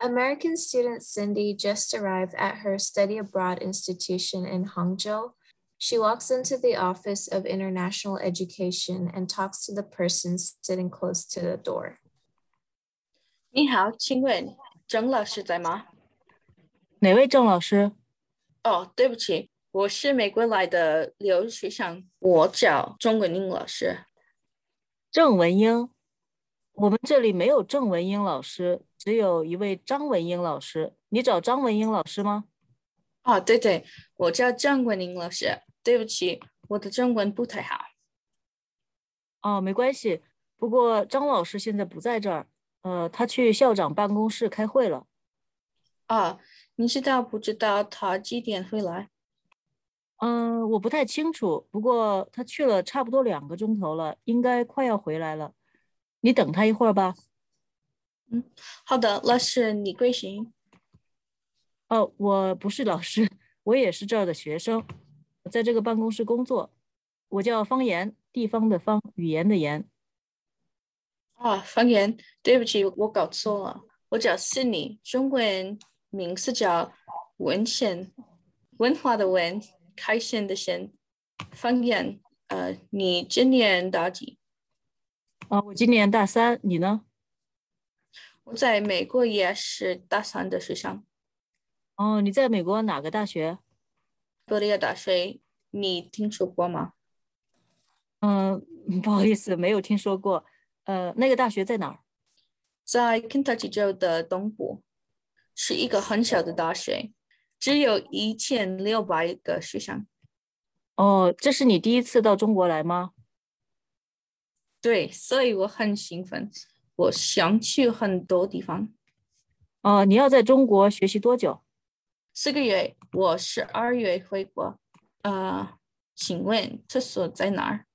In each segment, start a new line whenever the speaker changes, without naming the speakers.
American student Cindy just arrived at her study abroad institution in Hangzhou. She walks into the Office of International Education and talks to the person sitting close to the door.
你好，请问张老师在吗？
哪位郑老师？
哦，对不起，我是美国来的留学生，我叫钟文英老师。
郑文英。我们这里没有郑文英老师，只有一位张文英老师。你找张文英老师吗？
哦，对对，我叫张文英老师。对不起，我的中文不太好。
哦，没关系。不过张老师现在不在这儿，呃，他去校长办公室开会了。
哦，你知道不知道他几点会来？
嗯，我不太清楚，不过他去了差不多两个钟头了，应该快要回来了。你等他一会儿吧。
好的，老师，你贵姓？
哦，我不是老师，我也是这儿的学生，在这个办公室工作。我叫方言，地方的方，语言的言。
啊，方言，对不起，我搞错了，我叫 Sydney，中文名字叫文贤，文化的文，开心的心。方言，呃，你今年大几？
啊，我今年大三，你呢？
我在美国也是大三的学生，
哦，你在美国哪个大学？
伯利亚大学，你听说过吗？
嗯， 不好意思，没有听说过。呃，那个大学在哪儿？
在肯塔基州的东部，是一个很小的大学，只有一千六百个学生。
哦，这是你第一次到中国来吗？
对，所以我很兴奋，我想去很多地方。
哦，你要在中国学习多久？
这个月我十二月回国，呃，请问厕所在哪儿？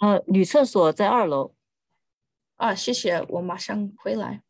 呃，女厕所在二楼。
啊，谢谢，我马上回来。